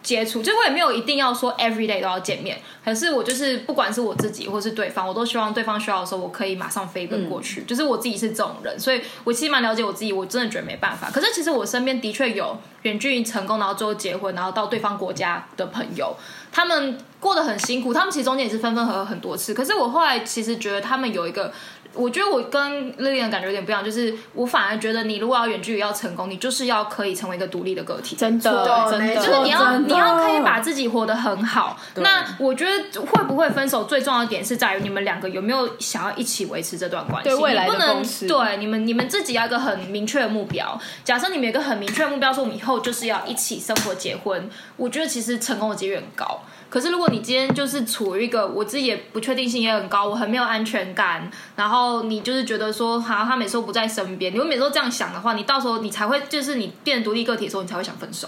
接触，就我也没有一定要说 every day 都要见面，可是我就是不管是我自己或是对方，我都希望对方需要的时候，我可以马上飞奔过去，就是我自己是这种人，所以我其实蛮了解我自己，我真的觉得没办法。可是其实我身边的确有远距离成功，然后最后结婚，然后到对方国家的朋友，他们过得很辛苦，他们其实中间也是分分合合很多次。可是我后来其实觉得他们有一个，我觉得我跟 Lilian 感觉有点不一样，就是我反而觉得你如果要远距离要成功，你就是要可以成为一个独立的个体。
真的真
就
的，
是你要
真的
你要可以把自己活得很好。那我觉得会不会分手最重要的点是在于你们两个有没有想要一起维持这段关系，
对未来的
你不能
共识
对你们你们自己要一个很明确的目标。假设你们有一个很明确的目标，说我们以后就是要一起生活结婚，我觉得其实成功的几率很高。可是如果你今天就是处于一个我自己也不确定性也很高，我很没有安全感，然后你就是觉得说，好、像他每次都不在身边，你会每次都这样想的话，你到时候你才会就是你变成独立个体的时候，你才会想分手。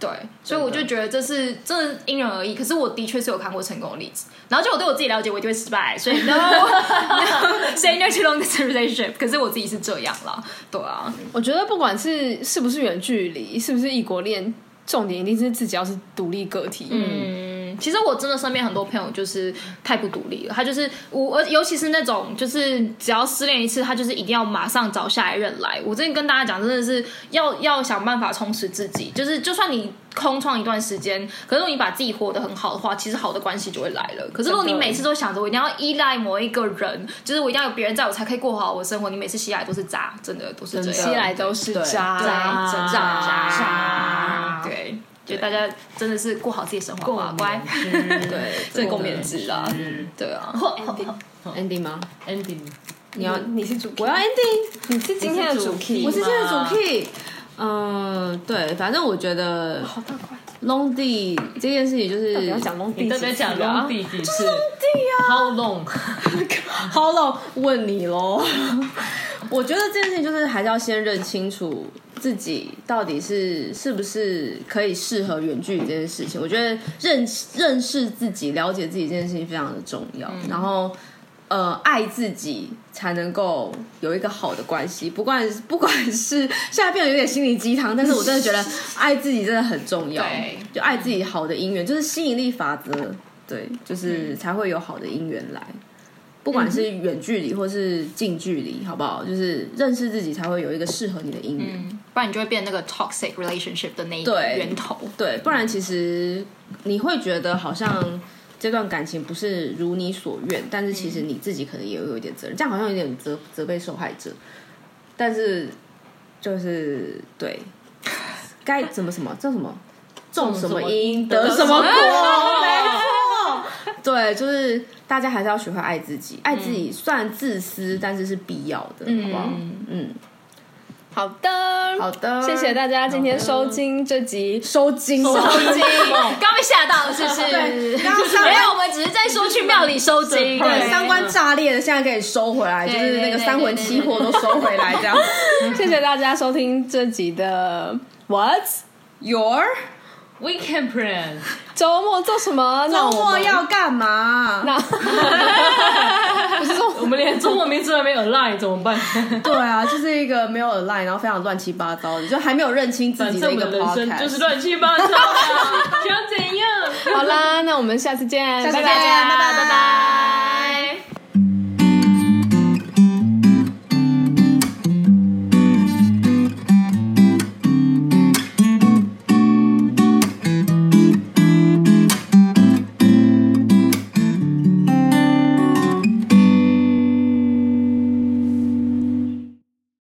对，所以我就觉得这是这是因人而异。可是我的确是有看过成功的例子，然后就我对我自己了解，我一定会失败，所以 no say no to long distance relationship。可是我自己是这样啦，对啊，
我觉得不管是是不是远距离，是不是异国恋，重点一定是自己要是独立个体。嗯，
嗯，其实我真的身边很多朋友就是太不独立了，他就是我，而尤其是那种就是只要失恋一次，他就是一定要马上找下一任来。我之前跟大家讲，真的是要要想办法充实自己，就是就算你空窗一段时间，可是如果你把自己活得很好的话，其实好的关系就会来了。可是如果你每次都想着我一定要依赖某一个人，就是我一定要有别人在我才可以过好我的生活，你每次吸来都是渣，真的都是这样，
西来都是渣
对
渣
渣
渣
渣，啊对，就大家真的是过好自己生活嗯吧，乖， 对，这共勉之啦，对啊，
ending 吗？
ending
你要
你是主，我要 ending，你是今天的主 key，
我是今天的主 key。嗯，对，反正我觉得
好大块，
lonely 这件事情就是
不要讲 long
你
D，
特别讲 long 第几次？How
啊
long？
好了，问你喽。 我觉得这件事情就是还是要先认清楚自己到底是是不是可以适合远距离这件事情。我觉得认认识自己、了解自己这件事情非常的重要。然后，呃，爱自己才能够有一个好的关系。不管 不管是现在变得有点心灵鸡汤，但是我真的觉得爱自己真的很重要
对。
就爱自己好的姻缘，就是吸引力法则。对，就是才会有好的姻缘来。不管是远距离或是近距离，好不好？就是认识自己才会有一个适合你的姻缘。
嗯，不然你就会变那个 toxic relationship 的那一个
对
源头，
对，不然其实你会觉得好像这段感情不是如你所愿，但是其实你自己可能也有一点责任，这样好像有点责责备受害者。但是就是对， 该怎么什么这什么种什么因得什么果，没错。 对，就是大家还是要学会爱自己，爱自己虽然自私，但是是必要的，好不好？嗯，
好的，
好的，
谢谢大家今天收听这集，
收金收金。
刚被吓到是不 是？
刚刚上班
没有，我们只是在说去庙里收金，
对，三观炸裂的现在可以收回来，就
对
是那个三魂七魄都收回来，这样。
谢谢大家收听这集的 What
Your
Weekend plan，
周末做什 么？那
周
我
末
们
要干嘛？
那不是周
我们连中文名字都还没有 line 怎么办？
对啊，就是一个没有 line，然后非常乱七八糟的，就还没有认清 自
反
己
正
的
我
一
们
个
的人生就是
podcast。
乱七八糟啊，想怎样？
好啦，那我们下次见，
下次
拜
见
拜
拜拜
拜拜。